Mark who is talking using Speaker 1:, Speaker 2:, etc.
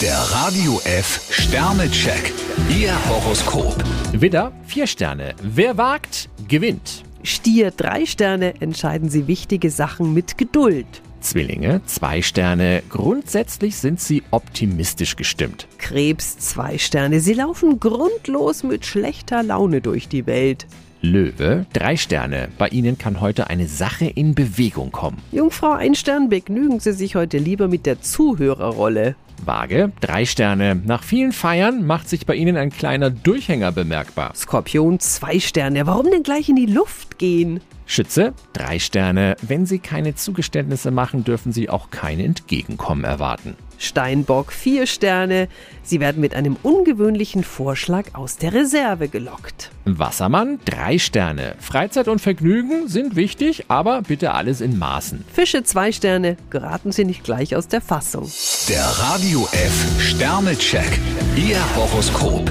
Speaker 1: Der Radio F Sternecheck. Ihr Horoskop.
Speaker 2: Widder, vier Sterne. Wer wagt, gewinnt.
Speaker 3: Stier, drei Sterne, entscheiden Sie wichtige Sachen mit Geduld.
Speaker 2: Zwillinge, zwei Sterne. Grundsätzlich sind sie optimistisch gestimmt.
Speaker 3: Krebs, zwei Sterne, Sie laufen grundlos mit schlechter Laune durch die Welt.
Speaker 2: Löwe, drei Sterne. Bei ihnen kann heute eine Sache in Bewegung kommen.
Speaker 3: Jungfrau, ein Stern, begnügen Sie sich heute lieber mit der Zuhörerrolle.
Speaker 2: Waage, drei Sterne. Nach vielen Feiern macht sich bei ihnen ein kleiner Durchhänger bemerkbar.
Speaker 3: Skorpion, zwei Sterne, warum denn gleich in die Luft gehen?
Speaker 2: Schütze, drei Sterne. Wenn sie keine Zugeständnisse machen, dürfen sie auch kein Entgegenkommen erwarten.
Speaker 3: Steinbock, vier Sterne, Sie werden mit einem ungewöhnlichen Vorschlag aus der Reserve gelockt.
Speaker 2: Wassermann, drei Sterne. Freizeit und Vergnügen sind wichtig, aber bitte alles in Maßen.
Speaker 3: Fische, zwei Sterne, geraten Sie nicht gleich aus der Fassung.
Speaker 1: Der Radio F Sternecheck. Ihr Horoskop.